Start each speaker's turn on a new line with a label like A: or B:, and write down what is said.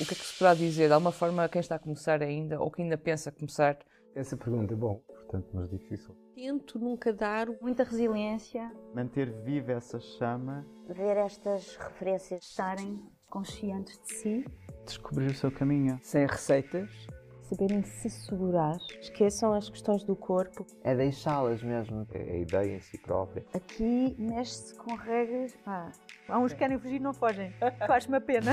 A: o que é que se poderá dizer? De alguma forma, a quem está a começar ainda ou quem ainda pensa começar?
B: Essa pergunta é bom, portanto, mas difícil.
C: Tento nunca dar
D: muita resiliência,
E: Manter viva essa chama,
F: ver estas referências.
D: estarem conscientes de si.
E: descobrir o seu caminho.
G: Sem receitas,
H: Saberem se segurar. Esqueçam as questões do corpo.
G: é deixá-las mesmo.
B: É a ideia em si própria.
D: Aqui
H: Ah,
D: mexe-se com regras, pá,
I: Há uns que querem fugir e não fogem. Faz-me a pena.